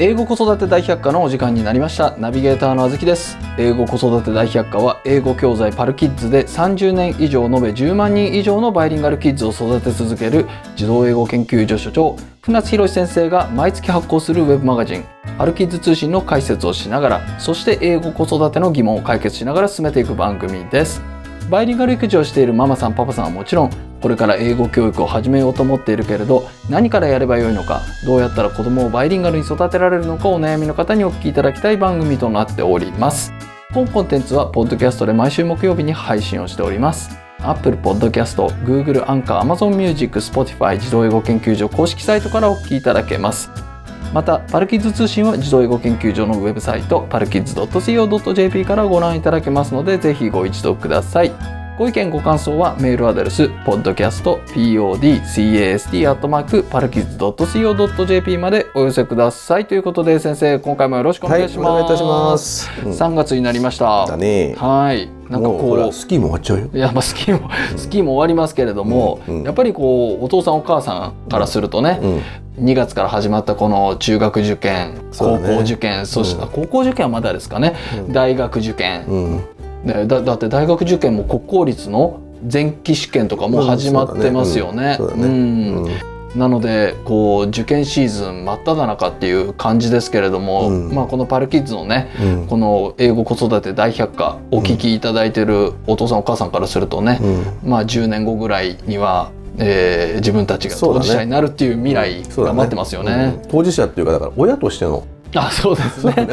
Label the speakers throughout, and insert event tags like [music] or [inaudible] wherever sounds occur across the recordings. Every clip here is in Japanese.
Speaker 1: 英語子育て大百科のお時間になりましたナビゲーターのあずきです英語子育て大百科は英語教材パルキッズで30年以上延べ10万人以上のバイリンガルキッズを育て続ける児童英語研究所所長船津博史先生が毎月発行するウェブマガジンパルキッズ通信の解説をしながらそして英語子育ての疑問を解決しながら進めていく番組ですバイリンガル育児をしているママさんパパさんはもちろんこれから英語教育を始めようと思っているけれど何からやればよいのかどうやったら子供をバイリンガルに育てられるのかお悩みの方にお聞きいただきたい番組となっております本コンテンツはポッドキャストで毎週木曜日に配信をしております Apple Podcast、Google、Anchor、Amazon Music、Spotify 児童英語研究所公式サイトからお聞きいただけますまたパルキッズ通信は児童英語研究所のウェブサイトパルキッズ .co.jp からご覧いただけますのでぜひご一読くださいご意見ご感想はメールアドレス podcastpodcast.co.jp までお寄せくださいということで先生今回もよろしくお願いします、
Speaker 2: はいお願いいたしますうん
Speaker 1: 3月になりました
Speaker 2: だね
Speaker 1: はいなんか
Speaker 2: もうほ
Speaker 1: こ
Speaker 2: らスキーも終わっちゃうよ
Speaker 1: ういやまあスキーもスキーも終わりますけれども、
Speaker 2: うんうん
Speaker 1: やっぱりこうお父さんお母さんからするとね、
Speaker 2: うん
Speaker 1: 2月から始まったこの中学受験、
Speaker 2: そ
Speaker 1: 高
Speaker 2: うだね
Speaker 1: 校受験そして、高校受験はまだですかね、大学受験、
Speaker 2: うん
Speaker 1: ねだだって大学受験も国公立の前期試験とかもう始まってますよね。
Speaker 2: そうだね
Speaker 1: う
Speaker 2: うんうん
Speaker 1: なのでこう受験シーズン真っ只中っていう感じですけれども、
Speaker 2: うん
Speaker 1: まあ、このパルキッズのね、
Speaker 2: うん
Speaker 1: この英語子育て大百科お聞きいただいてるお父さんお母さんからするとね、
Speaker 2: うん
Speaker 1: まあ、10年後ぐらいには、えー自分たちが当事
Speaker 2: そ
Speaker 1: 者
Speaker 2: うだね
Speaker 1: になるっていう未来
Speaker 2: そうだ
Speaker 1: が
Speaker 2: ね
Speaker 1: 待ってますよね。
Speaker 2: うん当事者っていうかだから親としての
Speaker 1: あそうですね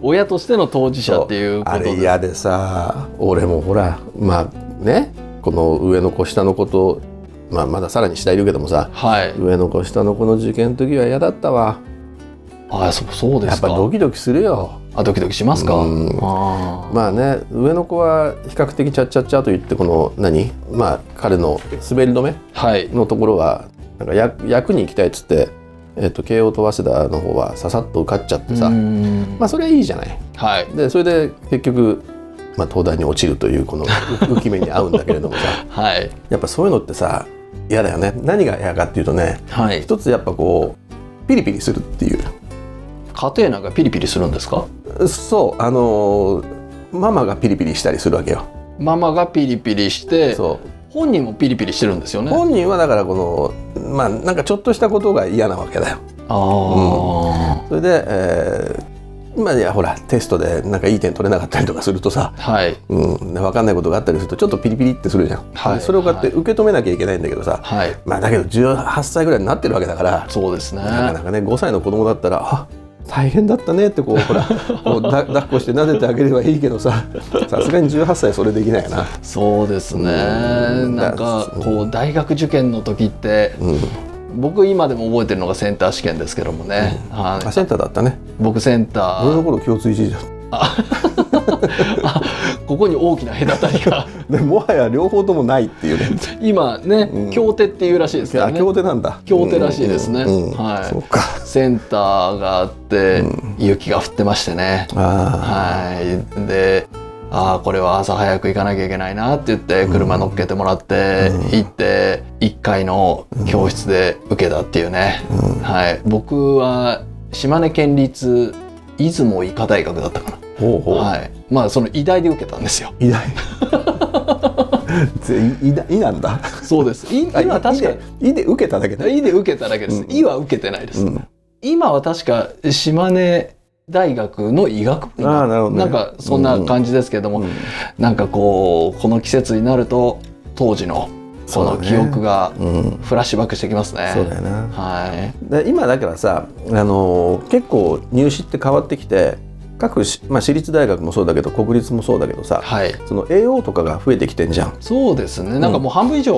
Speaker 1: 親としての当事者っていうこ
Speaker 2: あ
Speaker 1: と
Speaker 2: れ
Speaker 1: で
Speaker 2: 嫌でさ俺もほらまあねこの上の子下の子とまあまださらに下いるけどもさ
Speaker 1: はい
Speaker 2: 上の子下の子の受験の時は嫌だったわ
Speaker 1: あそうそうで
Speaker 2: や
Speaker 1: す
Speaker 2: っぱ
Speaker 1: か
Speaker 2: りドキドキするよ
Speaker 1: あドキドキしますか、
Speaker 2: うん
Speaker 1: あー
Speaker 2: まあね上の子は比較的チャッチャッチャと言ってこの何まあ彼の滑り止め
Speaker 1: はい
Speaker 2: のところはなんか役役に行きたいっつって、えっと慶応と早稲田の方はささっと受かっちゃってさ、
Speaker 1: うん
Speaker 2: まあそれはいいじゃない
Speaker 1: はい
Speaker 2: でそれで結局、まあ、東大に落ちるというこの [laughs] 浮き目に合うんだけれどもさ
Speaker 1: はい
Speaker 2: やっぱそういうのってさ嫌だよね何が嫌かっていうとね
Speaker 1: はい
Speaker 2: 一つやっぱこうピリピリするっていう
Speaker 1: 家庭なんかピリピリするんですか
Speaker 2: そうあのーママがピリピリしたりするわけよ。
Speaker 1: ママがピリピリして
Speaker 2: そう
Speaker 1: 本人もピリピリしてるんですよね
Speaker 2: 本人はだからこのまあなんかちょっとしたことが嫌なわけだよ。
Speaker 1: あ
Speaker 2: それで、えーまあいやほらテストでなんかいい点取れなかったりとかするとさ
Speaker 1: あ、はい
Speaker 2: うん、分かんないことがあったりするとちょっとピリピリってするじゃん、
Speaker 1: はい
Speaker 2: でそれをこうやって
Speaker 1: は
Speaker 2: 受け止めなきゃいけないんだけどさ、
Speaker 1: はい
Speaker 2: まあ、だけど18歳ぐらいになってるわけだから、
Speaker 1: そうですね
Speaker 2: なかなかね5歳の子供だったらあ大変だったねって [laughs] こうほらこうだ抱っこして撫でてあげればいいけどささすがに18歳それできないよな。
Speaker 1: そうですね
Speaker 2: うん
Speaker 1: なんかこう大学受験の時って
Speaker 2: うん、
Speaker 1: 僕今でも覚えてるのがセンター試験ですけどもね、はい
Speaker 2: あセンターだったね
Speaker 1: 僕センタ
Speaker 2: 俺の
Speaker 1: ー
Speaker 2: 頃共通一時だ
Speaker 1: あここに大きな隔たり
Speaker 2: [laughs]
Speaker 1: が
Speaker 2: でもはや両方ともないっていうね
Speaker 1: 今ね、
Speaker 2: うん
Speaker 1: 協定っていうらしいですから
Speaker 2: あ
Speaker 1: ね
Speaker 2: 協定なんだ
Speaker 1: 協定らしいですね
Speaker 2: うんうんうん
Speaker 1: はい
Speaker 2: そうか
Speaker 1: センターがあって、雪が降ってましてね
Speaker 2: あ
Speaker 1: はいでああこれは朝早く行かなきゃいけないなって言って車乗っけてもらって、行って1階の教室で受けたっていうね、はい僕は島根県立出雲医科大学だったかな
Speaker 2: あほうほう、
Speaker 1: はい、まあその医大で受けたんですよ。
Speaker 2: [laughs] い、ないぜいいないなんだ
Speaker 1: そうです。い今確か
Speaker 2: にいで受けただけだ
Speaker 1: に医で受けただけです
Speaker 2: う。ん
Speaker 1: 医は受けてないです
Speaker 2: うん。
Speaker 1: 今は確か島根大学の医学部に
Speaker 2: あーなるほどね
Speaker 1: なんかそんな感じですけども、なんかこうこの季節になると当時のそ
Speaker 2: そ
Speaker 1: の
Speaker 2: うだね
Speaker 1: 記憶が
Speaker 2: うん
Speaker 1: フラッシュバックしてきますね。
Speaker 2: そうだよな
Speaker 1: はい。
Speaker 2: で今だからさ、あのー結構入試って変わってきて各し、まあ、私立大学もそうだけど国立もそうだけどさ
Speaker 1: はい。
Speaker 2: その AO とかが増えてきてんじゃん
Speaker 1: そうですね。なんかもう半分以上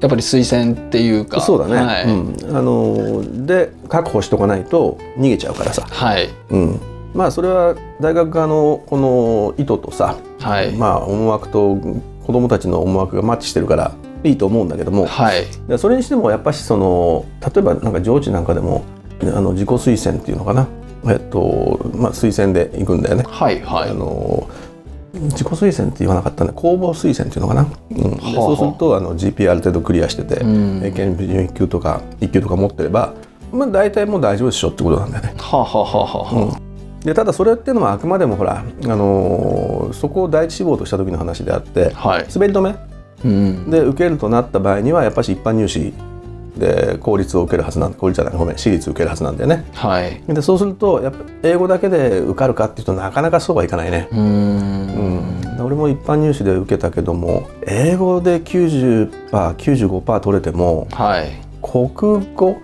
Speaker 1: やっぱり推薦っていうか、
Speaker 2: そうだね、
Speaker 1: はい。
Speaker 2: うんあのーで確保しとかないと逃げちゃうからさ
Speaker 1: はい。
Speaker 2: うん、まあそれは大学側のこの意図とさ、
Speaker 1: はい。
Speaker 2: まあ、思惑と子どもたちの思惑がマッチしてるからいいと思うんだけども
Speaker 1: はい。
Speaker 2: でそれにしてもやっぱしその例えばなんか上智なんかでもあの自己推薦っていうのかな、えっとまあ、推薦で行くんだよね。
Speaker 1: はい。
Speaker 2: あ
Speaker 1: は
Speaker 2: の自己推薦って言わなかったね公募推薦っていうのかな、うんで
Speaker 1: はあ
Speaker 2: そうするとあの GP ある程度クリアしてて、
Speaker 1: うん
Speaker 2: 英検準1級とか1級とか持ってればまあ、大体もう大丈夫でしょってことなんだよね。
Speaker 1: はあ、はあはあはあは
Speaker 2: でただそれっていうのはあくまでもほら、あのーそこを第一志望とした時の話であって
Speaker 1: あ、はい、
Speaker 2: 滑り止め
Speaker 1: うん、
Speaker 2: で受けるとなった場合にはやっぱり一般入試で公立を受けるはずなん公立じゃないごめん私立受けるはずなんだよね。
Speaker 1: はい
Speaker 2: でそうするとやっぱ英語だけで受かるかっていうとなかなかそうはいかないね。
Speaker 1: うーん
Speaker 2: うん、俺も一般入試で受けたけども英語で 90%95% 取れても
Speaker 1: はい
Speaker 2: 国語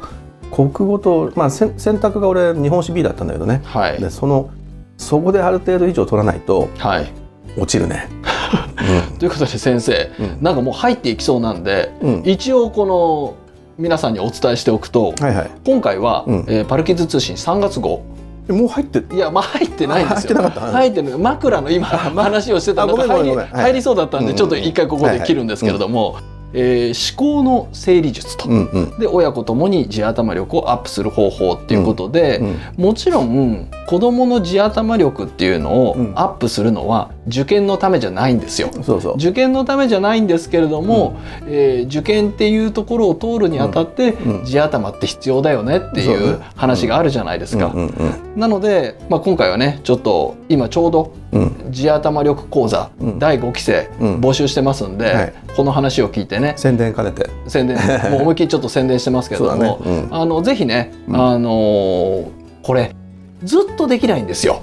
Speaker 2: 国語と、まあ、せん選択が俺日本史 B だったんだけどね
Speaker 1: はい
Speaker 2: でそのそこである程度以上取らないと
Speaker 1: はい
Speaker 2: 落ちる
Speaker 1: [laughs]
Speaker 2: ね。
Speaker 1: ということで先生
Speaker 2: うんうん
Speaker 1: なんかもう入っていきそうなんで
Speaker 2: うん、
Speaker 1: 一応この皆さんにお伝えしておくと
Speaker 2: はいはい
Speaker 1: 今回は、
Speaker 2: うん
Speaker 1: えーパルキッズ通信3月号
Speaker 2: えもう入って
Speaker 1: いやまあ入ってないんです
Speaker 2: あ
Speaker 1: よ
Speaker 2: 入ってなかった
Speaker 1: 入ってない枕の今話をしてた
Speaker 2: あ
Speaker 1: なんか
Speaker 2: ごめん
Speaker 1: 入
Speaker 2: ごめん
Speaker 1: り
Speaker 2: ごめんはい
Speaker 1: 入りそうだったん
Speaker 2: うんう
Speaker 1: で
Speaker 2: ん
Speaker 1: ちょっと一回ここで切るんですけれどもえー思考の整理術と
Speaker 2: うんうん
Speaker 1: で親子ともに地頭力をアップする方法っていうことで
Speaker 2: うん
Speaker 1: もちろん子どもの地頭力っていうのを
Speaker 2: うん
Speaker 1: アップするのは受験のためじゃないんですよ。
Speaker 2: そうそう
Speaker 1: 受験のためじゃないんですけれども、えー受験っていうところを通るにあたって、
Speaker 2: うんうん
Speaker 1: 地頭って必要だよねってい
Speaker 2: そう
Speaker 1: う
Speaker 2: ね
Speaker 1: 話があるじゃないですか。
Speaker 2: うんうん
Speaker 1: なので、まあ、今回はねちょっと今ちょうど
Speaker 2: うん
Speaker 1: 地頭力講座、
Speaker 2: うん
Speaker 1: 第5期生
Speaker 2: うん
Speaker 1: 募集してますんで、
Speaker 2: はい
Speaker 1: この話を聞いてね
Speaker 2: 宣伝兼ねて
Speaker 1: 宣
Speaker 2: [laughs]
Speaker 1: 伝もう思いっきりちょっと宣伝してますけれ
Speaker 2: そう
Speaker 1: ど
Speaker 2: だ
Speaker 1: も、
Speaker 2: ね、うん、
Speaker 1: あのぜひね、
Speaker 2: うん
Speaker 1: あのーこれずっとできないんですよ。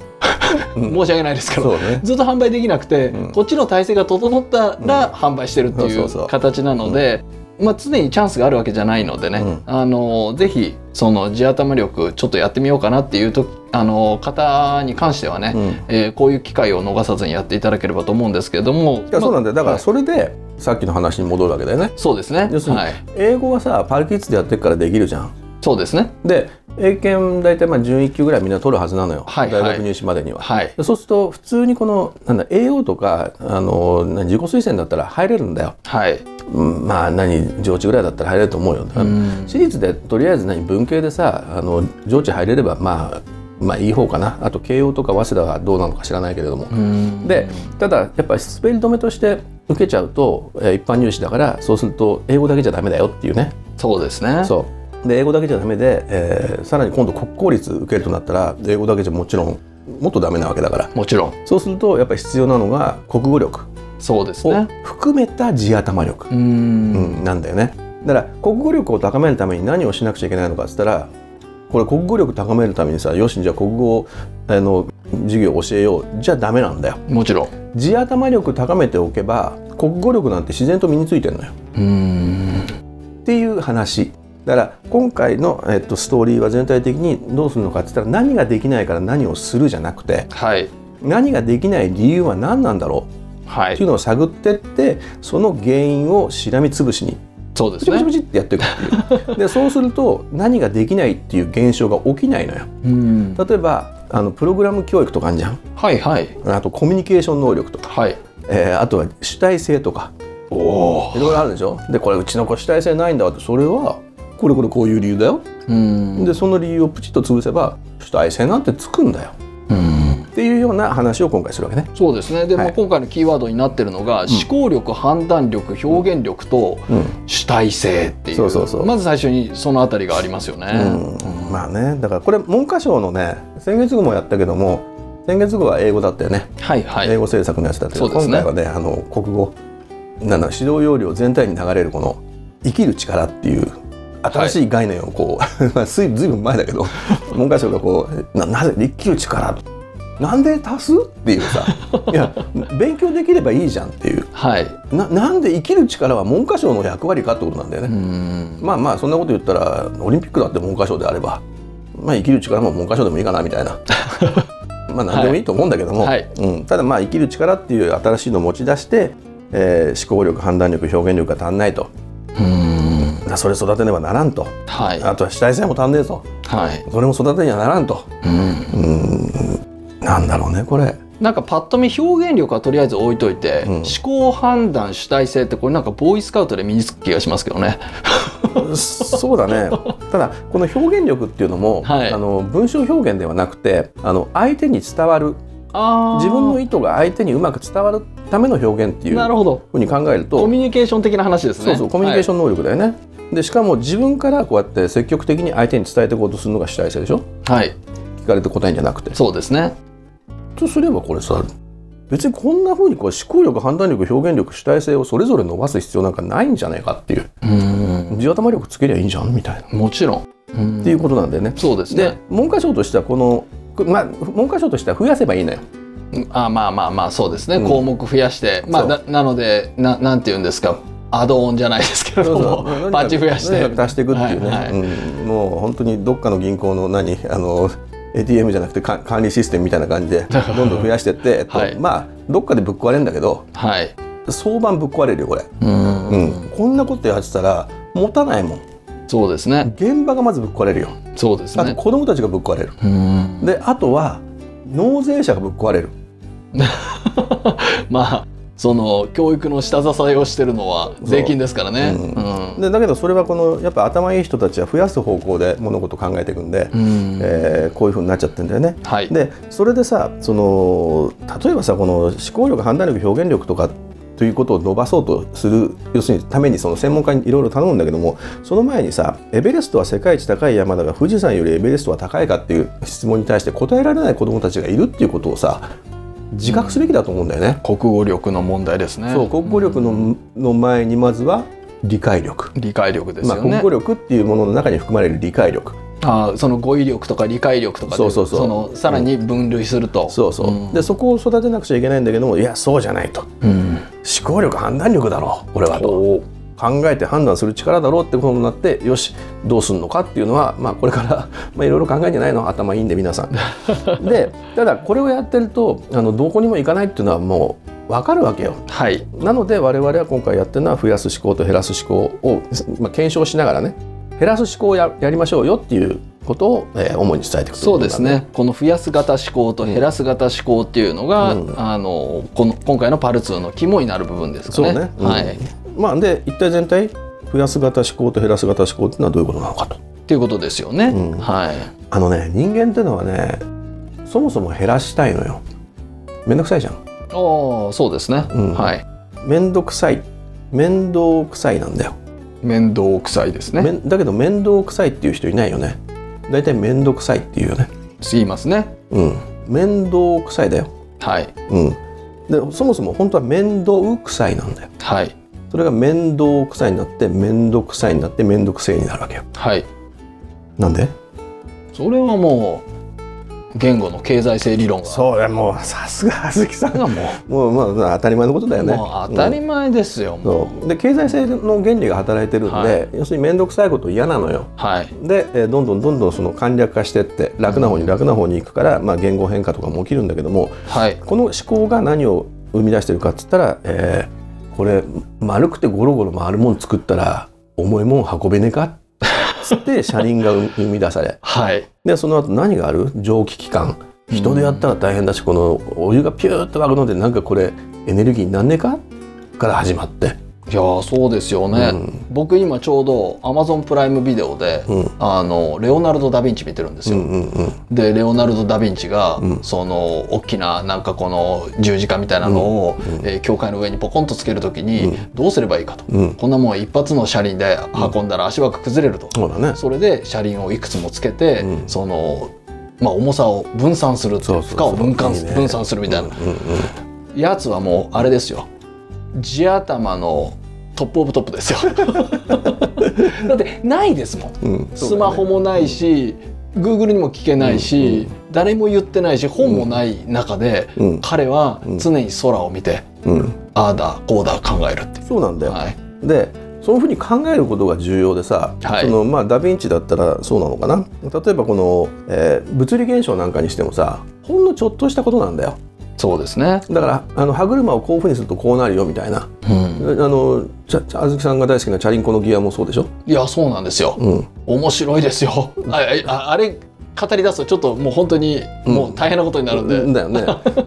Speaker 2: う
Speaker 1: 申
Speaker 2: ん
Speaker 1: し訳ないですけど
Speaker 2: そう
Speaker 1: [laughs]
Speaker 2: ね
Speaker 1: ずっと販売できなくて、
Speaker 2: うん
Speaker 1: こっちの体制が整ったら販売してるってい
Speaker 2: そうそうそう
Speaker 1: う形なので、まあ、常にチャンスがあるわけじゃないのでね、
Speaker 2: うん
Speaker 1: あのぜひその地頭力ちょっとやってみようかなっていうとあの方に関してはね、
Speaker 2: うん
Speaker 1: えーこういう機会を逃さずにやっていただければと思うんですけれども
Speaker 2: いやそうなんだよだか
Speaker 1: は
Speaker 2: ら
Speaker 1: い
Speaker 2: それでさっきの話に戻るわけだよね
Speaker 1: そうですね
Speaker 2: 要するに
Speaker 1: はい、
Speaker 2: 英語はさパルキッズでやってるからできるじゃん
Speaker 1: そうですね
Speaker 2: で英検大体まあ11級ぐらいみんな取るはずなのよ、
Speaker 1: はい
Speaker 2: 大
Speaker 1: は
Speaker 2: 学
Speaker 1: い
Speaker 2: 入試までには、
Speaker 1: はい
Speaker 2: でそうすると普通にこのなんだ AO とかあの何自己推薦だったら入れるんだよ、
Speaker 1: はい
Speaker 2: うん、まあ何上智ぐらいだったら入れると思うよ、
Speaker 1: うん
Speaker 2: 私立でとりあえず何文系でさあの上智入れればまあまあいい方かなあと慶応とか早稲田はどうなのか知らないけれども、
Speaker 1: うん
Speaker 2: でただやっぱり滑り止めとして受けちゃうと、えー一般入試だからそうすると英語だけじゃダメだよっていうね
Speaker 1: そうですね
Speaker 2: そうで英語だけじゃダメで、えーさらに今度国公立受けるとなったら英語だけじゃもちろんもっとダメなわけだから
Speaker 1: もちろん
Speaker 2: そうするとやっぱり必要なのが国語力
Speaker 1: そうです
Speaker 2: を
Speaker 1: ね
Speaker 2: 含めた地頭力、
Speaker 1: う
Speaker 2: うん
Speaker 1: ん
Speaker 2: なんだよねだから国語力を高めるために何をしなくちゃいけないのかっつったらこれ国語力高めるためにさよしじゃあ国語をあの授業を教えようじゃダメなんだよ
Speaker 1: もちろん
Speaker 2: 地頭力高めておけば国語力なんて自然と身についてるのよ
Speaker 1: うん
Speaker 2: っていう話だから今回の、えっと、ストーリーは全体的にどうするのかって言ったら何ができないから何をするじゃなくて
Speaker 1: はい
Speaker 2: 何ができない理由は何なんだろう
Speaker 1: は
Speaker 2: ってい
Speaker 1: いう
Speaker 2: のを探ってってその原因をしらみつぶしに
Speaker 1: そうです
Speaker 2: ブチブチ
Speaker 1: ね
Speaker 2: ブチってやっていくっていうでそうすると何ができないっていう現象が起きないのよ
Speaker 1: うん
Speaker 2: 例えばあのプログラム教育とかあるじゃん
Speaker 1: はいはい
Speaker 2: あとコミュニケーション能力とか、
Speaker 1: はい
Speaker 2: えーあとは主体性とか
Speaker 1: おお
Speaker 2: いろいろあるでしょでこれうちの子主体性ないんだわってそれはこれこれこういう理由だよ
Speaker 1: うん
Speaker 2: でその理由をプチッと潰せば主体性なんてつくんだよ
Speaker 1: うん
Speaker 2: っていうような話を今回するわけね。
Speaker 1: そうですねで、まあ
Speaker 2: はい
Speaker 1: 今回のキーワードになってるのが、思考力判断力表現力と
Speaker 2: うん
Speaker 1: 主体性っていう,、
Speaker 2: そうそうそう
Speaker 1: まず最初にそのあたりがありますよね、
Speaker 2: うんまあねだからこれ文科省のね先月号もやったけども先月号は英語だったよね、
Speaker 1: はいはい
Speaker 2: 英語政策のやつだったけど、
Speaker 1: そうです
Speaker 2: 今
Speaker 1: ね
Speaker 2: 回はねあの国語なんだ指導要領全体に流れるこの「生きる力」っていう新しい概念をこう、 [laughs] まあずいずいぶん前
Speaker 1: [laughs]
Speaker 2: だけど文科省がこうななぜ生きる力なんで足すっていうさいや勉強できればいいじゃんっていう
Speaker 1: はい
Speaker 2: ななんで生きる力は文科省の役割かってことなんだよ
Speaker 1: う
Speaker 2: ね、
Speaker 1: ん
Speaker 2: まあまあそんなこと言ったらオリンピックだって文科省であれば、まあ、生きる力も文科省でもいいかなみたいな [laughs] まあ何でもいいと思うんだけども、
Speaker 1: はい
Speaker 2: うん、ただまあ生きる力っていう新しいのを持ち出して、えー思考力判断力表現力が足んないと
Speaker 1: うん
Speaker 2: だからそれ育てねばならんと
Speaker 1: はい
Speaker 2: あとは主体性も足んねえと
Speaker 1: はい、
Speaker 2: それも育てにはならんと
Speaker 1: うん、
Speaker 2: うんなんだろうねこれ
Speaker 1: なんかパッと見表現力はとりあえず置いといて、
Speaker 2: うん
Speaker 1: 思考判断主体性ってこれなんかボーイスカウトで身につく気がしますけどね
Speaker 2: そう
Speaker 1: [laughs]
Speaker 2: だねただこの表現力っていうのも、
Speaker 1: はい
Speaker 2: あの文章表現ではなくてあの相手に伝わる
Speaker 1: あー
Speaker 2: 自分の意図が相手にうまく伝わるための表現っていう
Speaker 1: なるほど
Speaker 2: ふうに考えると
Speaker 1: コミュニケーション的な話ですね
Speaker 2: そうそうコミュニケーシ
Speaker 1: ョ
Speaker 2: ョン能力だよね、でしかも自分からこうやって積極的に相手に伝えていこうとするのが主体性でしょ
Speaker 1: ンはい、はい、
Speaker 2: 聞かれて答えんじゃなくて
Speaker 1: そうですね
Speaker 2: とすればこれさ別にこんなふうにこう思考力判断力表現力主体性をそれぞれ伸ばす必要なんかないんじゃないかっていう
Speaker 1: うん
Speaker 2: 地頭力つけりゃいいんじゃんみたいなっ
Speaker 1: もちろんうん
Speaker 2: ていうことなんだよね、
Speaker 1: そうです
Speaker 2: で
Speaker 1: ね
Speaker 2: 文科省としてはこのこまあ文科省としては増やせばいいのよ
Speaker 1: あまあまあまあそうですね、
Speaker 2: うん
Speaker 1: 項目増やしてまあ
Speaker 2: そう
Speaker 1: ななのでななんて言うんですかアドオンじゃないですけれども
Speaker 2: 何か
Speaker 1: パッチ増やして
Speaker 2: 何か足していくっていうね、
Speaker 1: はいはい
Speaker 2: うんもう本当にどっかの銀行の何あの ATM じゃなくてか管理システムみたいな感じでどんどん増やしてって、えっと
Speaker 1: はい
Speaker 2: まあどっかでぶっ壊れるんだけど
Speaker 1: はい
Speaker 2: 相場ぶっ壊れるよこれ、
Speaker 1: うん
Speaker 2: うんこんなことやってたら持たないもん
Speaker 1: そうですね
Speaker 2: 現場がまずぶっ壊れるよ
Speaker 1: そうです
Speaker 2: あと
Speaker 1: ね
Speaker 2: 子供たちがぶっ壊れる
Speaker 1: うん
Speaker 2: であとは納税者がぶっ壊れる
Speaker 1: まあその教育の下支えをしてるのは
Speaker 2: う
Speaker 1: 税金ですからね
Speaker 2: うん
Speaker 1: うん
Speaker 2: でだけどそれはこのやっぱ頭いい人たちは増やす方向で物事を考えていくんで、
Speaker 1: うん
Speaker 2: えーこういうふうになっちゃってんだよね。
Speaker 1: はい
Speaker 2: でそれでさその例えばさこの思考力判断力表現力とかということを伸ばそうとする要するにためにその専門家にいろいろ頼むんだけどもその前にさエベレストは世界一高い山だが富士山よりエベレストは高いかっていう質問に対して答えられない子どもたちがいるっていうことをさ自覚すべきだと思うんだよね。
Speaker 1: 国語力の問題ですね
Speaker 2: そう国語力のの前にまずは理解力、
Speaker 1: 理解力です
Speaker 2: まあ、
Speaker 1: よね、
Speaker 2: 国語力っていうものの中に含まれる理解力
Speaker 1: あーその語彙力とか理解力とかで
Speaker 2: そうそうそう
Speaker 1: のさらに分類すると、
Speaker 2: そうそう、
Speaker 1: ん
Speaker 2: でそこを育てなくちゃいけないんだけどもいやそうじゃないと
Speaker 1: うん
Speaker 2: 思考力判断力だろうこれはと
Speaker 1: おー
Speaker 2: 考えて判断する力だろうってことになってよしどうすんのかっていうのは、まあ、これから [laughs] まあいろいろ考えんじゃないの頭いいんで皆
Speaker 1: [laughs]
Speaker 2: さん。でただこれをやってるとあのどこにも行かないっていうのはもう分かるわけよ。
Speaker 1: はい
Speaker 2: なので我々は今回やってるのは増やす思考と減らす思考を、まあ、検証しながらね減らす思考をややりましょうよっていうことを、えー主に伝えていくとい
Speaker 1: そう
Speaker 2: ことなん
Speaker 1: ですねこの増やす型思考と減らす型思考っていうのが、
Speaker 2: うん
Speaker 1: あのこの今回のパル2の肝になる部分ですか
Speaker 2: そう
Speaker 1: ね。
Speaker 2: ね、うん
Speaker 1: はい、
Speaker 2: まあで一体全体増やす型思考と減らす型思考っていうのはどういうことなのかと。
Speaker 1: っていうことですよね。
Speaker 2: うん
Speaker 1: はい、
Speaker 2: あのね人間っていうのはねそもそも減らしたいのよめんどくさいじゃん
Speaker 1: ああそうですね、
Speaker 2: うん
Speaker 1: はい
Speaker 2: めんどくさい面倒くさいなんだよ、
Speaker 1: 面倒くさいです
Speaker 2: め
Speaker 1: ね。
Speaker 2: んだけど面倒くさいっていう人いないよね大体面倒くさいっていうよね
Speaker 1: 言いますね。
Speaker 2: うん面倒くさいだよ
Speaker 1: はい
Speaker 2: うんでそもそも本当は面倒くさいなんだよ
Speaker 1: はい
Speaker 2: それが面倒くさいになって面倒くさいになって面倒くせえになるわけよ
Speaker 1: はい
Speaker 2: なんで
Speaker 1: それはもう言語の経済性理論が
Speaker 2: そうだもうさすが葉月さん
Speaker 1: がも
Speaker 2: もうまあ当たり前のことだよ
Speaker 1: う
Speaker 2: ね
Speaker 1: もう当たり前ですよ。もう
Speaker 2: そうで経済性の原理が働いてるんで、
Speaker 1: はい
Speaker 2: 要するに面倒くさいこと嫌なのよ。
Speaker 1: はい
Speaker 2: で、えーどんどんどんどんその簡略化してって楽な方に楽な方に行くから、まあ、言語変化とかも起きるんだけども
Speaker 1: はい
Speaker 2: この思考が何を生み出してるかっつったら、えーこれ丸くてゴロゴロ回るもん作ったら重いもん運べねえかっ
Speaker 1: [laughs]
Speaker 2: つって車輪が生み出され
Speaker 1: はい
Speaker 2: でその後何がある蒸気機関人でやったら大変だしこのお湯がピューッと湧くのでなんかこれエネルギーになんねえかから始まって。
Speaker 1: いやーそうですよね、
Speaker 2: うん
Speaker 1: 僕今ちょうど Amazon プライムビデオで、
Speaker 2: うん
Speaker 1: あのレオナルド・ダ・ヴィンチ見てるんです
Speaker 2: う
Speaker 1: よ、
Speaker 2: んうんうん
Speaker 1: でレオナルド・ダ・ヴィンチが、
Speaker 2: うん
Speaker 1: その大きななんかこの十字架みたいなのを、えー教会の上にポコンとつけるときに、
Speaker 2: うん
Speaker 1: どうすればいいかと、
Speaker 2: うん
Speaker 1: こんなもん一発の車輪で運んだら足は崩れると、
Speaker 2: そうだね。
Speaker 1: それで車輪をいくつもつけて、
Speaker 2: うん
Speaker 1: その、まあ、重さを分散するってい
Speaker 2: そう
Speaker 1: う
Speaker 2: そうそう
Speaker 1: 負荷を分散す
Speaker 2: いいね
Speaker 1: 分散するみたいな、
Speaker 2: うんうん
Speaker 1: やつはもうあれですよ地頭のトップオブトップ
Speaker 2: [laughs]
Speaker 1: ですよだってないですもん、
Speaker 2: うん
Speaker 1: スマホもないし、Google にも聞けないし、誰も言ってないし本もない中で、
Speaker 2: うん
Speaker 1: 彼は常に空を見て、
Speaker 2: うん、
Speaker 1: ああだこうだ考えるってい
Speaker 2: そうなんだ
Speaker 1: う、
Speaker 2: よ。
Speaker 1: はい、
Speaker 2: でそういうふうに考えることが重要でさ、
Speaker 1: はい
Speaker 2: そのまあ、ダ・ヴィンチだったらそうなのかな例えばこの、えー物理現象なんかにしてもさほんのちょっとしたことなんだよ
Speaker 1: そうですね、
Speaker 2: だからあの歯車をこういうふうにするとこうなるよみたいな、
Speaker 1: うん、
Speaker 2: あのちゃちゃあずきさんが大好きなチャリンコのギアもそうでしょ、
Speaker 1: いやそうなんですよ、
Speaker 2: うん、
Speaker 1: 面白いですよあああれ語り出すとちょっともう本当にもう大変なことになるんで、
Speaker 2: だ
Speaker 1: [laughs]
Speaker 2: よね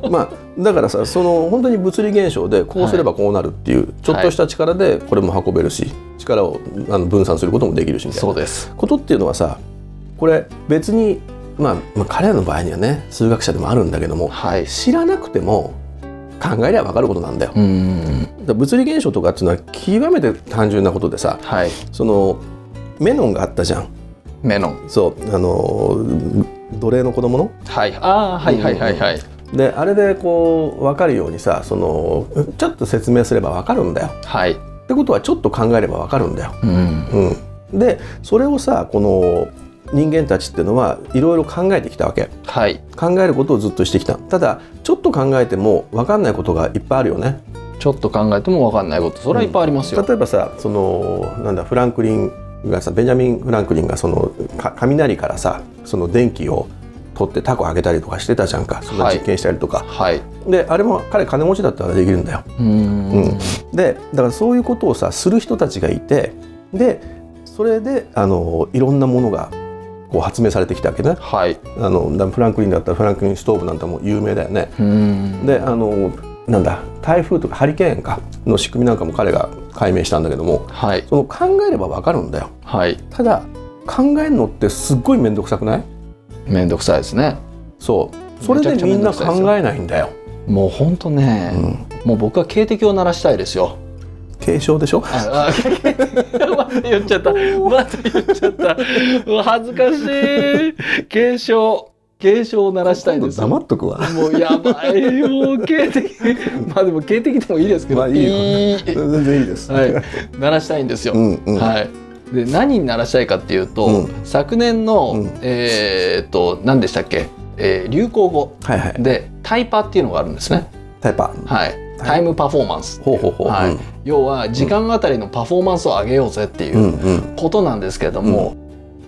Speaker 2: まあだからさその本当に物理現象でこうすればこうなるっていう、ちょっとした力でこれも運べるし力をあの分散することもできるしみたいな
Speaker 1: そうです
Speaker 2: ことっていうのはさこれ別に、まあ、まあ彼らの場合にはね数学者でもあるんだけども
Speaker 1: はい
Speaker 2: 知らなくても考えりゃ分かることなんだよ。
Speaker 1: うんうん
Speaker 2: だから物理現象とかっていうのは極めて単純なことでさ
Speaker 1: はい
Speaker 2: そのメノンがあったじゃん
Speaker 1: メノン
Speaker 2: そうあの奴隷の子供の
Speaker 1: はいああはいはいはいはい
Speaker 2: であれでこう分かるようにさそのちょっと説明すれば分かるんだよ
Speaker 1: はい
Speaker 2: ってことはちょっと考えれば分かるんだよ。
Speaker 1: うん
Speaker 2: うん、でそれをさこの人間たちっていうのはいろいろ考えてきたわけ
Speaker 1: はい
Speaker 2: 考えることをずっとしてきたただちょっと考えても分かんないことがいっぱいあるよね
Speaker 1: ちょっと考えても分かんないことそれはいっぱいありますよ、
Speaker 2: 例えばさそのなんだフランクリンがさベンジャミン・フランクリンがそのか雷からさその電気を取ってタコあげたりとかしてたじゃんかそんな実験したりとか、
Speaker 1: はい
Speaker 2: であれも彼金持ちだったらできるんだよ
Speaker 1: うーん
Speaker 2: うんでだからそういうことをさする人たちがいてでそれであのいろんなものがこう発明されてきたわけね
Speaker 1: はい
Speaker 2: あのだからフランクリンだったらフランクリンストーブなんてもう有名だよね
Speaker 1: うーん
Speaker 2: であのなんだ台風とかハリケーンかの仕組みなんかも彼が解明したんだけども
Speaker 1: はい
Speaker 2: その考えればわかるんだよ
Speaker 1: はい
Speaker 2: ただ考えるのってすっごい面倒くさくない
Speaker 1: めんどくさいですね
Speaker 2: そうそれでみんな考えないんだよ、
Speaker 1: もうほんとね、
Speaker 2: うん、
Speaker 1: もう僕は警笛を鳴らしたいですよ
Speaker 2: 軽症 [laughs] でしょ
Speaker 1: あ [laughs] あまた言っちゃったまた言っちゃったうわ恥ずかしい警鐘警鐘を鳴らしたいです
Speaker 2: 今度黙っとくわ
Speaker 1: もうやばいよ警笛まあでも警笛でもいいですけど、
Speaker 2: まあいいよ
Speaker 1: ピー
Speaker 2: 全然いいです
Speaker 1: はい、鳴らしたいんですよ、
Speaker 2: うんうん
Speaker 1: はいで何に鳴らしたいかっていうと、
Speaker 2: うん
Speaker 1: 昨年の、
Speaker 2: うん
Speaker 1: えーっと何でしたっけ、えー流行語
Speaker 2: はいはい
Speaker 1: でタイパっていうのがあるんですね、
Speaker 2: タイパー
Speaker 1: はい、タイムパフォーマンス
Speaker 2: ほうほうほう
Speaker 1: はい
Speaker 2: うん
Speaker 1: 要は時間あたりのパフォーマンスを上げようぜっていううん
Speaker 2: うん
Speaker 1: ことなんですけれども、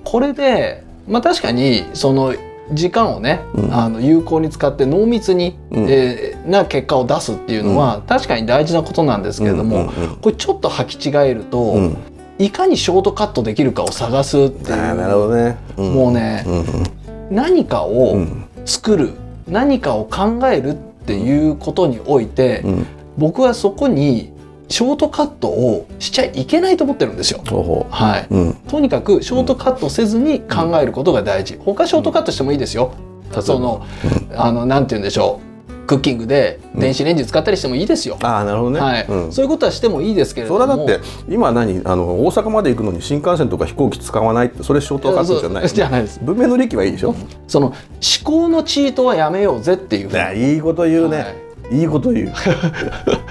Speaker 1: これで、まあ、確かにその時間をね、
Speaker 2: うん
Speaker 1: あの有効に使って濃密に、
Speaker 2: うん
Speaker 1: えーな結果を出すっていうのは確かに大事なことなんですけれども、
Speaker 2: うん
Speaker 1: これちょっと履き違えると、
Speaker 2: うんうん
Speaker 1: いかにショートカットできるかを探すってい
Speaker 2: ああなる
Speaker 1: う。
Speaker 2: ほどねん
Speaker 1: もうね、
Speaker 2: うん
Speaker 1: 何か
Speaker 2: う
Speaker 1: を
Speaker 2: ん
Speaker 1: 作る、何かを考えるっていうことにおいて、
Speaker 2: うん
Speaker 1: 僕はそこにショートカットをしちゃいけないと思ってるんですよ。
Speaker 2: ほうほ
Speaker 1: はい、
Speaker 2: ううん
Speaker 1: とにかくショートカットせずに考えることが大事他ショートカットしてもいいですよ、
Speaker 2: うん
Speaker 1: そのあのなんて言うんでしょうクッキングで電子レンジ使ったりしてもいいですよ、
Speaker 2: ああなるほどね
Speaker 1: はい、
Speaker 2: うん
Speaker 1: そういうことはしてもいいですけれど
Speaker 2: そ
Speaker 1: も
Speaker 2: れはだって今何あの大阪まで行くのに新幹線とか飛行機使わないってそれショートカットじゃな
Speaker 1: そうじゃ
Speaker 2: い
Speaker 1: ないです
Speaker 2: 文明の利器はいいでしょ
Speaker 1: その思考のチートはやめようぜっていうふうに
Speaker 2: ねいいこと言うね、
Speaker 1: はい
Speaker 2: い、いこと [laughs] 言う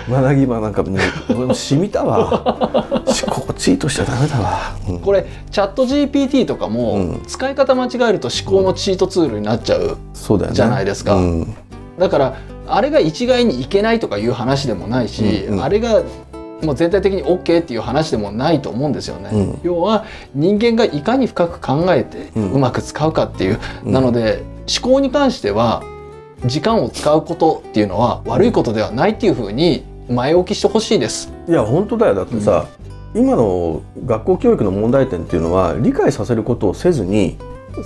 Speaker 2: 学び場なんかもう俺も染みたわ [laughs] 思考チートしちゃダメだわ、うん
Speaker 1: これチャット GPT とかも、
Speaker 2: うん
Speaker 1: 使い方間違えると思考のチートツールになっちゃう
Speaker 2: そうだよね
Speaker 1: じゃないですか
Speaker 2: うん
Speaker 1: だからあれが一概にいけないとかいう話でもないし、
Speaker 2: うんうん
Speaker 1: あれがもう全体的に OK っていう話でもないと思うんですよね、
Speaker 2: うん
Speaker 1: 要は人間がいかに深く考えて
Speaker 2: うん
Speaker 1: うまく使うかっていう、
Speaker 2: うん
Speaker 1: なので思考に関しては時間を使うことっていうのは悪いことではないっていうふうに前置きしてほしいです。
Speaker 2: いや本当だよだってさ、今の学校教育の問題点っていうのは理解させることをせずに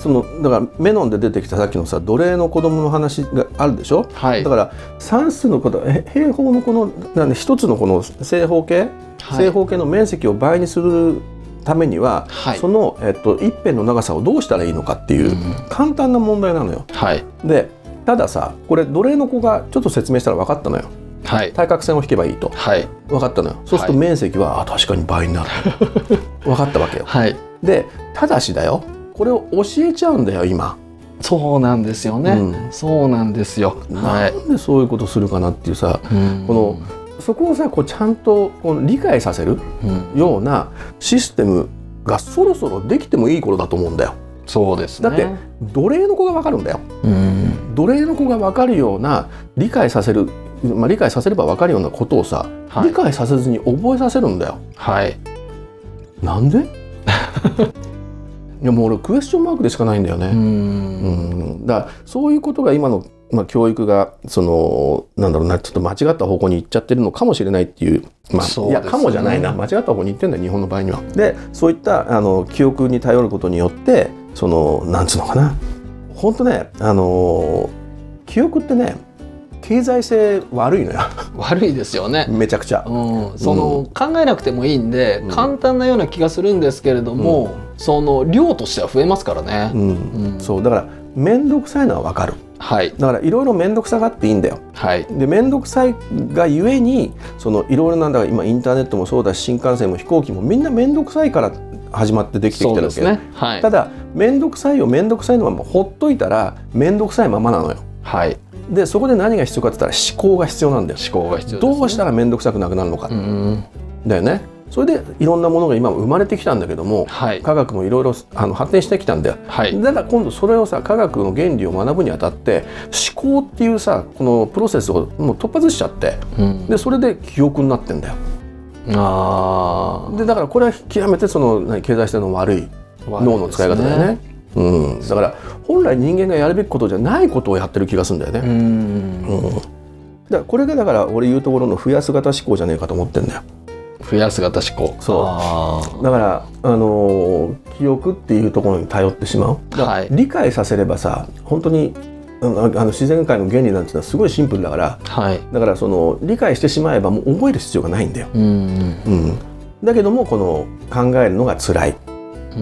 Speaker 2: そのだからメノンで出てきたさっきのさ奴隷の子供の話があるでしょ、
Speaker 1: はい
Speaker 2: だから算数のことえ平方のこのなんで一つのこの正方形、
Speaker 1: はい
Speaker 2: 正方形の面積を倍にするためには、
Speaker 1: はい
Speaker 2: その、えっと、一辺の長さをどうしたらいいのかっていう
Speaker 1: うん
Speaker 2: 簡単な問題なのよ。
Speaker 1: はい
Speaker 2: でたださこれ奴隷の子がちょっと説明したら分かったのよ
Speaker 1: はい
Speaker 2: 対角線を引けばいいと
Speaker 1: はい
Speaker 2: 分かったのよそうす
Speaker 1: は
Speaker 2: る
Speaker 1: い
Speaker 2: と面積は、あ確かに倍にな
Speaker 1: [laughs]
Speaker 2: る分かったわけよ
Speaker 1: はい
Speaker 2: でただしだよこれを教えちゃうんだよ今、
Speaker 1: そうなんですよね、
Speaker 2: うん
Speaker 1: そうなんですよはい、
Speaker 2: なんでそういうことするかなっていうさこのそこをさこうちゃんとこう理解させる
Speaker 1: の、うん
Speaker 2: ようなシステムがそろそろできてもいい頃だと思うんだよ
Speaker 1: そうですね
Speaker 2: だって奴隷の子が分かるんだよ
Speaker 1: うん
Speaker 2: 奴隷の子が分かるような理解させる、まあ、理解させれば分かるようなことをさ、
Speaker 1: はい
Speaker 2: 理解させずに覚えさせるんだよ
Speaker 1: はい
Speaker 2: なんで [laughs] いやもう俺クエスチョンマークでしかないんだよ
Speaker 1: う
Speaker 2: ね、うんん、だからそういうことが今の、まあ、教育がそのなんだろうなちょっと間違った方向に行っちゃってるのかもしれないっていう,、まあ
Speaker 1: そう
Speaker 2: い
Speaker 1: ですね
Speaker 2: やかもじゃないな間違った方向に行ってんだよ日本の場合には。でそういったあの記憶に頼ることによってそのなんつうのかな本当ねあの記憶ってね経済性悪いのよ [laughs]
Speaker 1: 悪いですよね。
Speaker 2: めちゃくちゃ。
Speaker 1: うん、その、考えなくてもいいんで、
Speaker 2: うん
Speaker 1: 簡単なような気がするんですけれども、その量としては増えますからね、
Speaker 2: うん
Speaker 1: うん
Speaker 2: そうだから面倒くさいのはわかる
Speaker 1: はい
Speaker 2: だからいろいろ面倒くさがっていいんだよ
Speaker 1: はい
Speaker 2: で面倒くさいがゆえにそのいろいろなんだ今インターネットもそうだし新幹線も飛行機もみんな面倒くさいから始まってできてき
Speaker 1: そ
Speaker 2: て
Speaker 1: う
Speaker 2: るわ
Speaker 1: で
Speaker 2: け
Speaker 1: すねはい
Speaker 2: ただ面倒くさいを面倒くさいのままほっといたら面倒くさいままなのよ
Speaker 1: はい
Speaker 2: でそこで何が必要かって言ったら思考が必要なんだよ
Speaker 1: 思考が必要です、ね、
Speaker 2: どうしたら面倒くさくなくなるのか、
Speaker 1: うん
Speaker 2: だよねそれでいろんなものが今生まれてきたんだけども
Speaker 1: はい
Speaker 2: 科学もいろいろあの発展してきたんだよ
Speaker 1: はい
Speaker 2: だから今度それをさ科学の原理を学ぶにあたって思考っていうさこのプロセスをもう突発しちゃって
Speaker 1: うん
Speaker 2: でそれで記憶になってんだよ
Speaker 1: あ
Speaker 2: でだからこれは極めてその何経済性の悪い
Speaker 1: ー
Speaker 2: 脳の使い方だよねうん、だから本来人間がやるべきことじゃないことをやってる気がするんだよね、
Speaker 1: 悪いですねうん
Speaker 2: うんだからこれがだから俺言うところの増やす型思考じゃねえかと思ってんだよ
Speaker 1: 増やす型思考
Speaker 2: そう
Speaker 1: う
Speaker 2: だからあのー記憶っていうところに頼ってしまう
Speaker 1: はい
Speaker 2: 理解させればさ本当にあのあの自然界の原理なんていうのはすごいシンプルだから
Speaker 1: はい
Speaker 2: だからその理解してしまえばもう覚える必要がないんだよ、
Speaker 1: うん
Speaker 2: うん、だけどもこの考えるのが辛い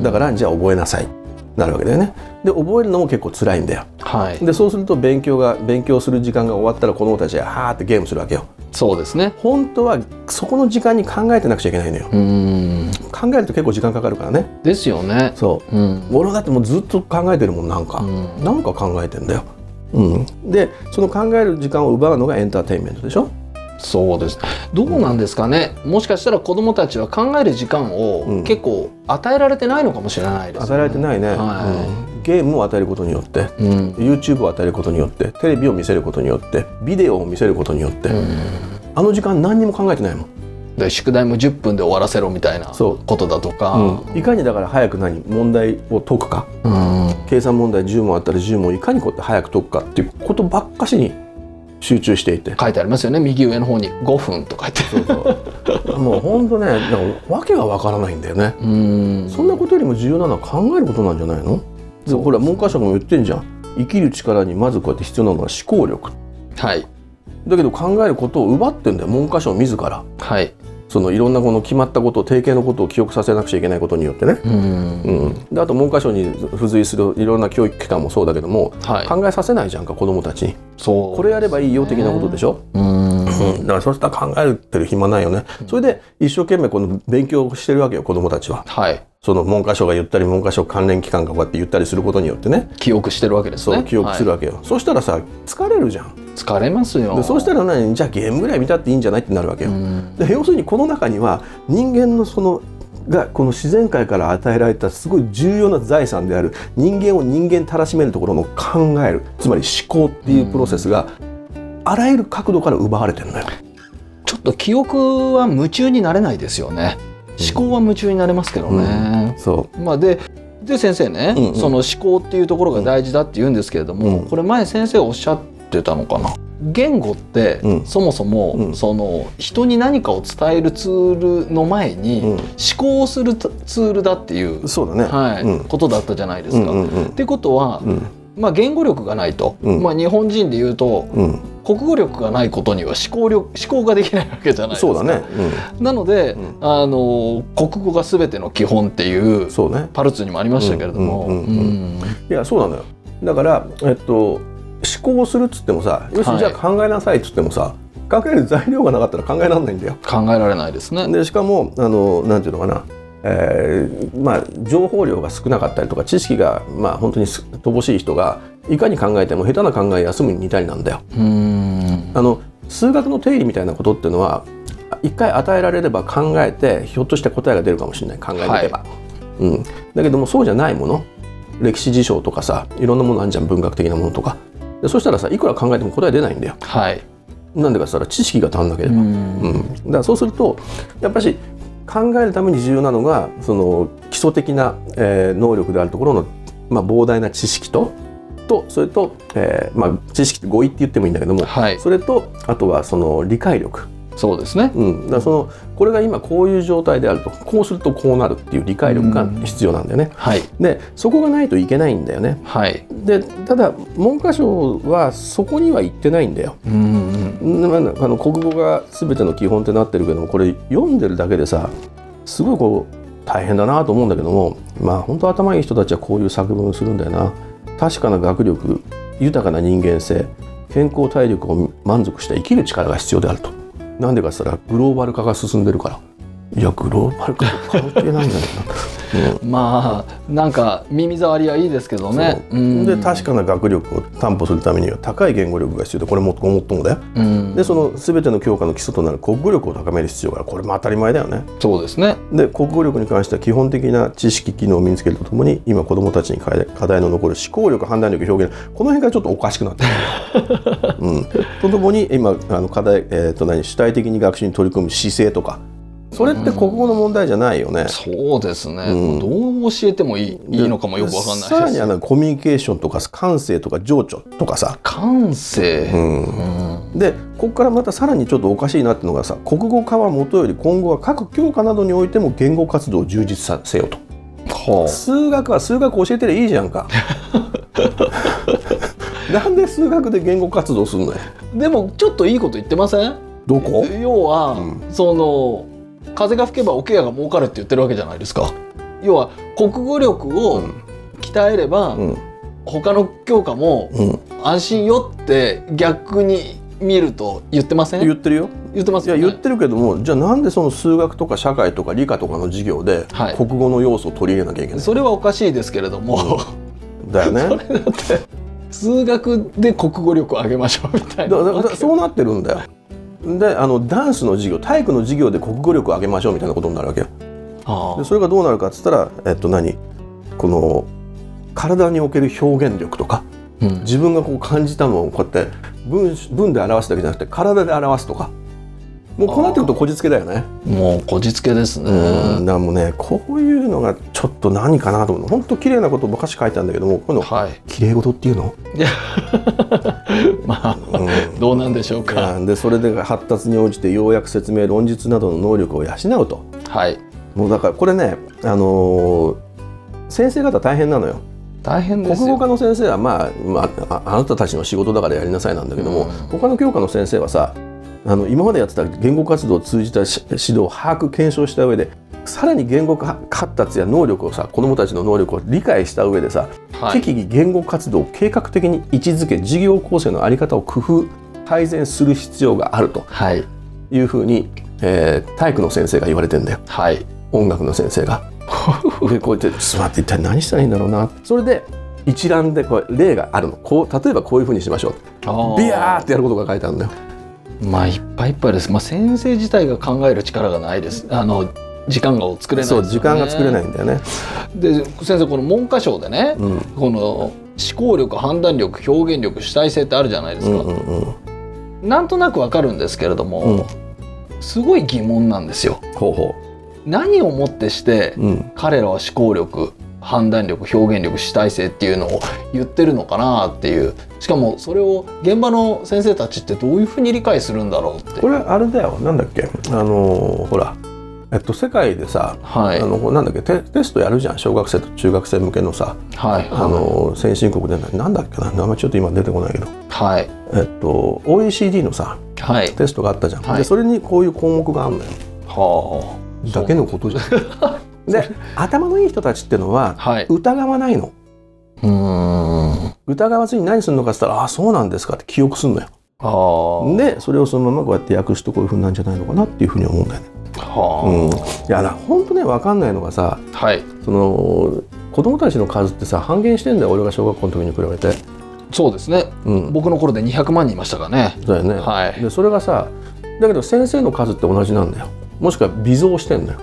Speaker 2: だかららじゃあ覚えなさいなるわけだよねで覚えるのも結構辛いんだよ
Speaker 1: はい
Speaker 2: でそうすると勉強が勉強する時間が終わったら子供たちははーってゲームするわけよ
Speaker 1: そうですね
Speaker 2: 本当はそこの時間に考えてなくちゃいけないのよ
Speaker 1: うん
Speaker 2: 考えると結構時間かかるからね
Speaker 1: ですよね
Speaker 2: そう
Speaker 1: うん
Speaker 2: 俺はだってもうずっと考えてるもんなんか、
Speaker 1: うん
Speaker 2: なんか考えてんだよ、うん、でその考える時間を奪うのがエンターテインメントでしょ
Speaker 1: そうですどうなんですかねもしかしたら子どもたちは考える時間
Speaker 2: う
Speaker 1: を
Speaker 2: ん
Speaker 1: 結構与えられてないのかもしれないですね
Speaker 2: 与えられてないね、
Speaker 1: は
Speaker 2: うんゲームを与えることによって
Speaker 1: いうん
Speaker 2: YouTube を与えることによってテレビを見せることによってビデオを見せることによって、あの時間何にも考えてないもん、
Speaker 1: で宿題も10分で終わらせろみたいな
Speaker 2: そう
Speaker 1: ことだとか
Speaker 2: うんいかにだから早く何問題を解くか
Speaker 1: うん
Speaker 2: 計算問題10問あったら10問いかにこうやって早く解くかっていうことばっかしに集中していて
Speaker 1: 書いてありますよね右上の方に5分と書いて
Speaker 2: そうそう [laughs] もうほんとねなんか訳がわからないんだよね
Speaker 1: うん
Speaker 2: そんなことよりも重要なのは考えることなんじゃないのでほら文科省も言ってんじゃん生きる力にまずこうやって必要なのは思考力
Speaker 1: はい
Speaker 2: だけど考えることを奪ってんだよ文科省自ら
Speaker 1: はい
Speaker 2: そのいろんなこの決まったことを定型のことを記憶させなくちゃいけないことによってね、
Speaker 1: うん
Speaker 2: うん、であと文科省に付随するいろんな教育機関もそうだけども
Speaker 1: はい
Speaker 2: 考えさせないじゃんか子どもたちに
Speaker 1: そう
Speaker 2: これやればいいよ的なことでしょ、
Speaker 1: うん
Speaker 2: うん、だからそうしたら考えてる暇ないよね、それで一生懸命この勉強をしてるわけよ子どもたちは
Speaker 1: はい
Speaker 2: その文科省が言ったり文科省関連機関がこうやって言ったりすることによってね
Speaker 1: 記憶してるわけです
Speaker 2: そ
Speaker 1: ね
Speaker 2: う記憶するわけよ、そしたらさ疲れるじゃん
Speaker 1: はい疲れますよ
Speaker 2: でそうしたら何じゃあゲームぐらい見たっていいんじゃないってなるわけよ、
Speaker 1: うん
Speaker 2: で要するにこの中には人間のそのがこの自然界から与えられたすごい重要な財産である人間を人間たらしめるところの考えるつまり思考っていうプロセスがあらゆる角度から奪われてるのよ。
Speaker 1: ちょっと記憶は夢中になれないですよね思考は夢中になれますけどね、
Speaker 2: そ
Speaker 1: まあでで先生ね、
Speaker 2: うんうん
Speaker 1: その思考っていうところが大事だって言うんですけれども、
Speaker 2: うん
Speaker 1: これ前先生おっしゃってたのかな言語って、
Speaker 2: うん
Speaker 1: そもそも、
Speaker 2: うん
Speaker 1: その人に何かを伝えるツールの前に、
Speaker 2: う、
Speaker 1: 思考をするツールだっていう
Speaker 2: うん、、そうだね。
Speaker 1: はい
Speaker 2: うん
Speaker 1: ことだったじゃないで
Speaker 2: う
Speaker 1: す
Speaker 2: ん
Speaker 1: か。
Speaker 2: うんう
Speaker 1: っ
Speaker 2: ん
Speaker 1: てことは、
Speaker 2: うん
Speaker 1: まあ、言語力がないと、
Speaker 2: うん
Speaker 1: まあ、日本人で言うと
Speaker 2: うん
Speaker 1: 国語力がないことには思考力思考ができないわけじゃないですか。
Speaker 2: そうだね。
Speaker 1: なので、
Speaker 2: うん
Speaker 1: あの国語が全ての基本っていう
Speaker 2: うん、そうね。
Speaker 1: パルツにもありましたけれども、
Speaker 2: うんうんうんいやそうなのよだから、えっと、思考をするっつってもさよし、
Speaker 1: はい
Speaker 2: じゃあ考えなさいっつってもさ考える材料がなかったら考えられないんだよ。
Speaker 1: 考えられないですね。
Speaker 2: でしかもあのなんていうのかな、えーまあ、情報量が少なかったりとか知識が、まあ、本当にす乏しい人がいかに考えても下手な考え休むに似たりなんだよ。
Speaker 1: うん
Speaker 2: あの数学の定理みたいなことっていうのはあ一回与えられれば考えてひょっとして答えが出るかもしれない考えてれば、うん、だけどもそうじゃないもの歴史事象とかさいろんなものあるじゃん文学的なものとかでそしたらさいくら考えても答え出ないんだよ
Speaker 1: はい、
Speaker 2: なんでかって言ったら知識が足んなければ、
Speaker 1: うん
Speaker 2: うん、だからそうするとやっぱし考えるために重要なのがその基礎的な、えー能力であるところの、まあ、膨大な知識ととそれと、えーまあ、知識って語彙って言ってもいいんだけども、
Speaker 1: はい
Speaker 2: それとあとはその理解力、
Speaker 1: そうですね。
Speaker 2: うん、だからそのこれが今こういう状態であるとこうするとこうなるっていう理解力が必要なんだよね。
Speaker 1: はい
Speaker 2: でそこがないといけないんだよね。
Speaker 1: はい、
Speaker 2: でただ文科省はそこには行ってないんだよ。
Speaker 1: うんうん
Speaker 2: なんかあの国語が全ての基本ってなってるけどもこれ読んでるだけでさすごいこう大変だなと思うんだけどもまあ本当頭いい人たちはこういう作文をするんだよな確かな学力豊かな人間性健康体力を満足した生きる力が必要であるとなんでかっつったらグローバル化が進んでるからいやグローバル化と関係ないんだけどな、うん
Speaker 1: まあなんか耳障りはいいですけど [laughs] ね
Speaker 2: そう
Speaker 1: うん
Speaker 2: で確かな学力を担保するためには高い言語力が必要でこれもっともっともだよ
Speaker 1: うん
Speaker 2: でその全ての教科の基礎となる国語力を高める必要があるこれも当たり前だよね
Speaker 1: そうですね
Speaker 2: で国語力に関しては基本的な知識機能を身につけるとともに今子どもたちに課題課題の残る思考力判断力表現この辺がちょっとおかしくなってる、
Speaker 1: [laughs]
Speaker 2: うん、とともに今あの課題、えー、と何主体的に学習に取り組む姿勢とかそれって国語の問題じゃないよね、
Speaker 1: そうですね、
Speaker 2: うん
Speaker 1: どう教えてもいいいいのかもよくわかん
Speaker 2: さ
Speaker 1: な
Speaker 2: ら
Speaker 1: い
Speaker 2: に
Speaker 1: で
Speaker 2: あ
Speaker 1: す
Speaker 2: のコミュニケーションとか感性とか情緒とかさ、
Speaker 1: 感性、
Speaker 2: うん、
Speaker 1: うん
Speaker 2: でここからまたさらにちょっとおかしいなっていうのがさ国語化はもとより今後は各教科などにおいても言語活動を充実させようと
Speaker 1: は
Speaker 2: 数学は数学教えてりゃいいじゃん
Speaker 1: [laughs]
Speaker 2: かなんで数学で言語活動するのよ
Speaker 1: あでもちょっといいこと言ってません
Speaker 2: どこ
Speaker 1: 要は、
Speaker 2: う
Speaker 1: その風が吹けば桶屋が儲かるって言ってるわけじゃないですか要は国語力
Speaker 2: う
Speaker 1: を
Speaker 2: ん
Speaker 1: 鍛えれば、
Speaker 2: うん
Speaker 1: 他の教科も
Speaker 2: うん
Speaker 1: 安心よって逆に見ると言ってません
Speaker 2: 言
Speaker 1: 言
Speaker 2: ってるよ
Speaker 1: ってます
Speaker 2: い
Speaker 1: よ、
Speaker 2: や
Speaker 1: ね、
Speaker 2: 言ってるけどもじゃあなんでその数学とか社会とか理科とかの授業で
Speaker 1: はい
Speaker 2: 国語の要素を取り入れなきゃいけない、
Speaker 1: それはおかしいですけれども、
Speaker 2: だ
Speaker 1: [laughs]
Speaker 2: よね
Speaker 1: 数学で国語力を上げましょうみたいな
Speaker 2: だだだそうなってるんだよであのダンスの授業体育の授業で国語力を上げましょうみたいなことになるわけよ
Speaker 1: あー
Speaker 2: でそれがどうなるかっつったらえっと何この体における表現力とか
Speaker 1: うん
Speaker 2: 自分がこう感じたのをこうやって文文で表すだけじゃなくて体で表すとかもうこうなってくるとこじつけだよね
Speaker 1: もうこじつけですね、
Speaker 2: うんだからもうねこういうのがちょっと何かなと思う本当綺麗なことばかし書いてあるんだけどもこういうの
Speaker 1: はい
Speaker 2: 綺麗事っていうの、
Speaker 1: まあ
Speaker 2: [laughs] うん
Speaker 1: どうなんでしょうか
Speaker 2: うんでそれで発達に応じて要約説明論述などの能力を養うと
Speaker 1: はい
Speaker 2: もうだからこれね、あのー先生方大変なのよ
Speaker 1: 大変で
Speaker 2: 国
Speaker 1: すよ
Speaker 2: 語科の先生は、まあまあ、ああなたたちの仕事だからやりなさいなんだけども、
Speaker 1: うん
Speaker 2: 他の教科の先生はさあの今までやってた言語活動を通じたし指導を把握検証した上でさらに言語化発達や能力をさ子どもたちの能力を理解した上でさ、
Speaker 1: はい
Speaker 2: 適宜言語活動を計画的に位置づけ事業構成の在り方を工夫改善する必要があると
Speaker 1: はい
Speaker 2: いうふうに、えー体育の先生が言われてんだよ
Speaker 1: はい
Speaker 2: 音楽の先生が。でこうやって「座って一体何したらいいんだろうな」それで一覧でこう例があるのこう例えばこういうふうにしましょうビヤーってやることが書いてあるんだよ。
Speaker 1: まあいっぱいいっぱいです、まあ、先生自体が考える力がないですあの時間が作れないです
Speaker 2: そ
Speaker 1: よ
Speaker 2: う
Speaker 1: ね
Speaker 2: 時間が作れないんだよね。
Speaker 1: で先生この文科省でね、
Speaker 2: うん
Speaker 1: この思考力判断力表現力主体性ってあるじゃないです
Speaker 2: う
Speaker 1: か、
Speaker 2: んうんうん
Speaker 1: なんとなくわかるんですけれど
Speaker 2: うん
Speaker 1: も、すごい疑問なんですよ
Speaker 2: ほうほ
Speaker 1: 何をもってして
Speaker 2: ううん
Speaker 1: 彼らは思考力判断力表現力主体性っていうのを言ってるのかなっていうしかもそれを現場の先生たちってどういうふうに理解するんだろうって
Speaker 2: これあれだよなんだっけあのーほらえっと世界でさ、
Speaker 1: はい
Speaker 2: あ
Speaker 1: はい
Speaker 2: のこうなんだっけテテストやるじゃん小学生と中学生向けのさ、
Speaker 1: はい
Speaker 2: あのー先進国でななんだっけな名前ちょっと今出てこないけど、
Speaker 1: はい
Speaker 2: えっと、OECD のさ
Speaker 1: はい
Speaker 2: テストがあったじゃん、
Speaker 1: はい
Speaker 2: でそれにこういう項目があるのよ。
Speaker 1: は
Speaker 2: だけのことじゃん。
Speaker 1: [laughs]
Speaker 2: で頭のいい人たちってのは
Speaker 1: あはいう
Speaker 2: 疑わないの
Speaker 1: ーんあ
Speaker 2: 疑わずに何するのかって言ったら「ああそうなんですか」って記憶するのよ。
Speaker 1: あ
Speaker 2: でそれをそのままこうやって訳すとこういうふうなんじゃないのかなっていうふうに思うんだよね。うん
Speaker 1: は、
Speaker 2: いやだ本当ね分かんないのがさ
Speaker 1: あはい
Speaker 2: その子供たちの数ってさ半減してんだよ俺が小学校の時に比べて。
Speaker 1: そうですね
Speaker 2: うん、
Speaker 1: 僕の頃で200万人いましたからね
Speaker 2: だよね、
Speaker 1: はい
Speaker 2: でそれがさだけど先生の数って同じなんだよ。もしくは微増してんだよ。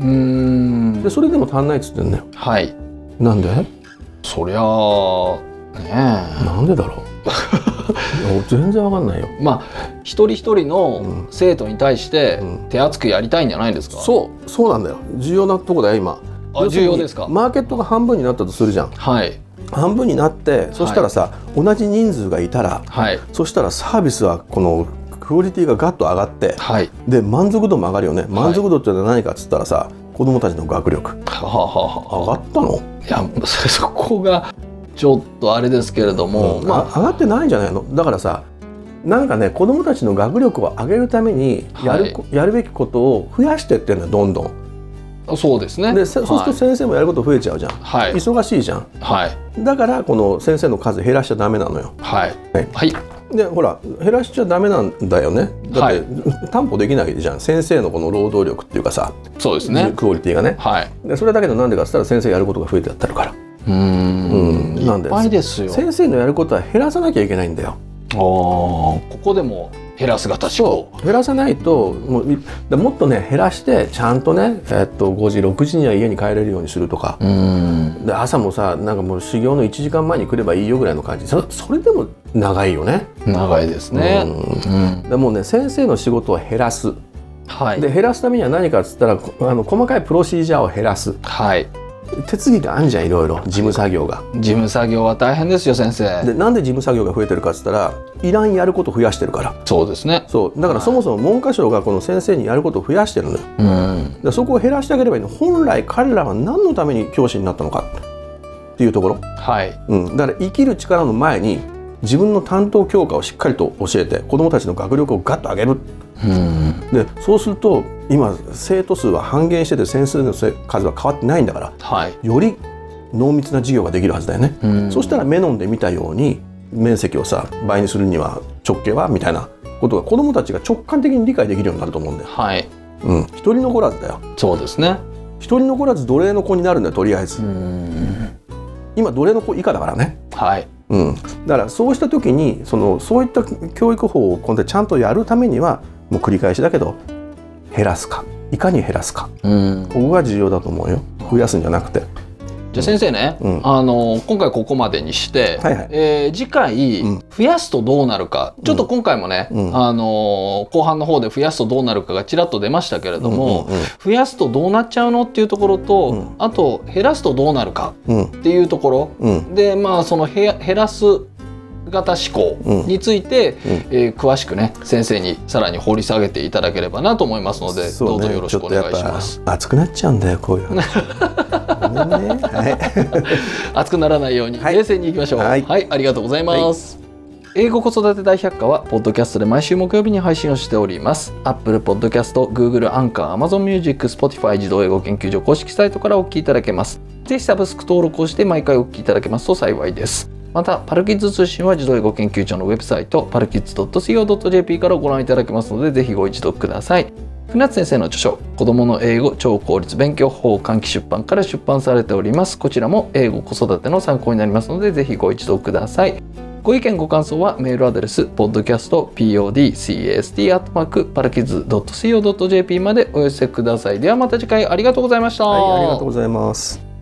Speaker 1: うーん
Speaker 2: でそれでも足んないっつってんだよ。
Speaker 1: はい
Speaker 2: なんで
Speaker 1: そりゃあね
Speaker 2: なんでだろういや全然わかんないよ。
Speaker 1: えまあ一人一人の生徒に対して
Speaker 2: うん
Speaker 1: 手厚くやりたいんじゃないんですか、
Speaker 2: そうそうなんだよ重要なとこだよ今
Speaker 1: あ
Speaker 2: 要るに
Speaker 1: 重要ですか
Speaker 2: マーケットが半分になったとするじゃん
Speaker 1: はい
Speaker 2: 半分になってそしたらさ、同じ人数がいたら
Speaker 1: はい
Speaker 2: そしたらサービスはこのクオリティがガッと上がって
Speaker 1: はい
Speaker 2: で満足度も上がるよね満足度ってのは何かっつったらさ、子供たちの学力
Speaker 1: はあはあ
Speaker 2: 上
Speaker 1: は
Speaker 2: がったの、
Speaker 1: あいやそ [laughs] そこがちょっとあれですけれども、
Speaker 2: うん
Speaker 1: ま
Speaker 2: あ上がってないんじゃないのだからさなんかね子供たちの学力を上げるためにやる,、
Speaker 1: は
Speaker 2: やるべきことを増やしてってんだよどんどん。
Speaker 1: そうですね
Speaker 2: でせそうすると先生もやること増えちゃうじゃん、
Speaker 1: はいはい
Speaker 2: 忙しいじゃん
Speaker 1: はい
Speaker 2: だからこの先生の数減らしちゃダメなのよ
Speaker 1: はい
Speaker 2: はい
Speaker 1: はい
Speaker 2: でほら減らしちゃダメなんだよねだっ
Speaker 1: は
Speaker 2: て、
Speaker 1: い
Speaker 2: 担保できないじゃん先生のこの労働力っていうかさ、
Speaker 1: そうですね
Speaker 2: クオリティがね
Speaker 1: はい
Speaker 2: でそれだけどなんでかっつったら先生やることが増えてやったるから
Speaker 1: うーん
Speaker 2: うんなんで
Speaker 1: いっぱいですよ
Speaker 2: 先生のやることは減らさなきゃいけないんだよ
Speaker 1: あーここでも減らす形を
Speaker 2: 減らさないともういだもっとね減らしてちゃんとね、えっと、5時6時には家に帰れるようにするとか
Speaker 1: うーん
Speaker 2: で朝もさなんかもう修行の1時間前に来ればいいよぐらいの感じそそれでも長いよね。
Speaker 1: 長いですね
Speaker 2: うん
Speaker 1: うん
Speaker 2: でもうね先生の仕事を減らす
Speaker 1: はい
Speaker 2: で減らすためには何かっつったらこあの細かいプロシージャーを減らす
Speaker 1: はい
Speaker 2: 手続きがあんじゃんいろいろ事務作業が。
Speaker 1: 事務作業は大変ですよ先生
Speaker 2: でなんで事務作業が増えてるかっつったらいらんやること増やしてるから
Speaker 1: そうですね
Speaker 2: そうだからそもそも文科省がこの先生にやることを増やしてるのよ
Speaker 1: うん
Speaker 2: でそこを減らしてあげればいいの本来彼らは何のために教師になったのかっていうところ、
Speaker 1: はい
Speaker 2: うん、だから生きる力の前に自分の担当教科をしっかりと教えて子どもたちの学力をガッと上げる
Speaker 1: うん
Speaker 2: でそうすると今生徒数は半減してて先生の数は変わってないんだから
Speaker 1: はい
Speaker 2: より濃密な授業ができるはずだよね、
Speaker 1: うん
Speaker 2: そしたらメノンで見たように面積をさ倍にするには直径はみたいなことが子どもたちが直感的に理解できるようになると思うんだよ、
Speaker 1: はい
Speaker 2: うん、一人残らずだよ
Speaker 1: そうですね
Speaker 2: 一人残らず奴隷の子になるんだよとりあえず、
Speaker 1: うん
Speaker 2: 今奴隷の子以下だからね、
Speaker 1: はい
Speaker 2: うん、だからそうした時にそのそういった教育法を今度ちゃんとやるためにはもう繰り返しだけど減らすかいかに減らすか
Speaker 1: うん
Speaker 2: ここが重要だと思うよ増やすんじゃなくて
Speaker 1: じゃあ先生ね、
Speaker 2: うん
Speaker 1: あの今回ここまでにして、
Speaker 2: はいはい
Speaker 1: えー次回、
Speaker 2: うん
Speaker 1: 増やすとどうなるかちょっと今回もね、
Speaker 2: うん
Speaker 1: あの後半の方で増やすとどうなるかがちらっと出ましたけれども、
Speaker 2: うん
Speaker 1: 増やすとどうなっちゃうのっていうところと、
Speaker 2: うん
Speaker 1: あと減らすとどうなるか
Speaker 2: うん
Speaker 1: っていうところ
Speaker 2: うん
Speaker 1: でまあそのへ減らす型思考について、えー詳しくね先生にさらに掘り下げていただければなと思いますので、
Speaker 2: そ
Speaker 1: ど
Speaker 2: う
Speaker 1: う
Speaker 2: ね
Speaker 1: ぞよろしくお願いします
Speaker 2: ちょ。っとやっぱ熱くなっちゃうんだよこういう話ごめんね
Speaker 1: [laughs]
Speaker 2: はい
Speaker 1: 熱くならないように
Speaker 2: はい
Speaker 1: 冷静にいきましょう、
Speaker 2: は
Speaker 1: はいいありがとうございます、英語子育て大百科はポッドキャストで毎週木曜日に配信をしております Apple Podcast、Google アンカー、Amazon Music、Spotify 自動英語研究所公式サイトからお聞きいただけますぜひサブスク登録をして毎回お聞きいただけますと幸いですまたパルキッズ通信は児童英語研究所のウェブサイトパルキッズ .co.jp からご覧いただけますのでぜひご一読ください船津先生の著書「子どもの英語超効率勉強法」換気出版から出版されておりますこちらも英語子育ての参考になりますのでぜひご一読くださいご意見ご感想はメールアドレス podcastpodcast.co.jp までお寄せくださいではまた次回ありがとうございました、
Speaker 2: はいありがとうございます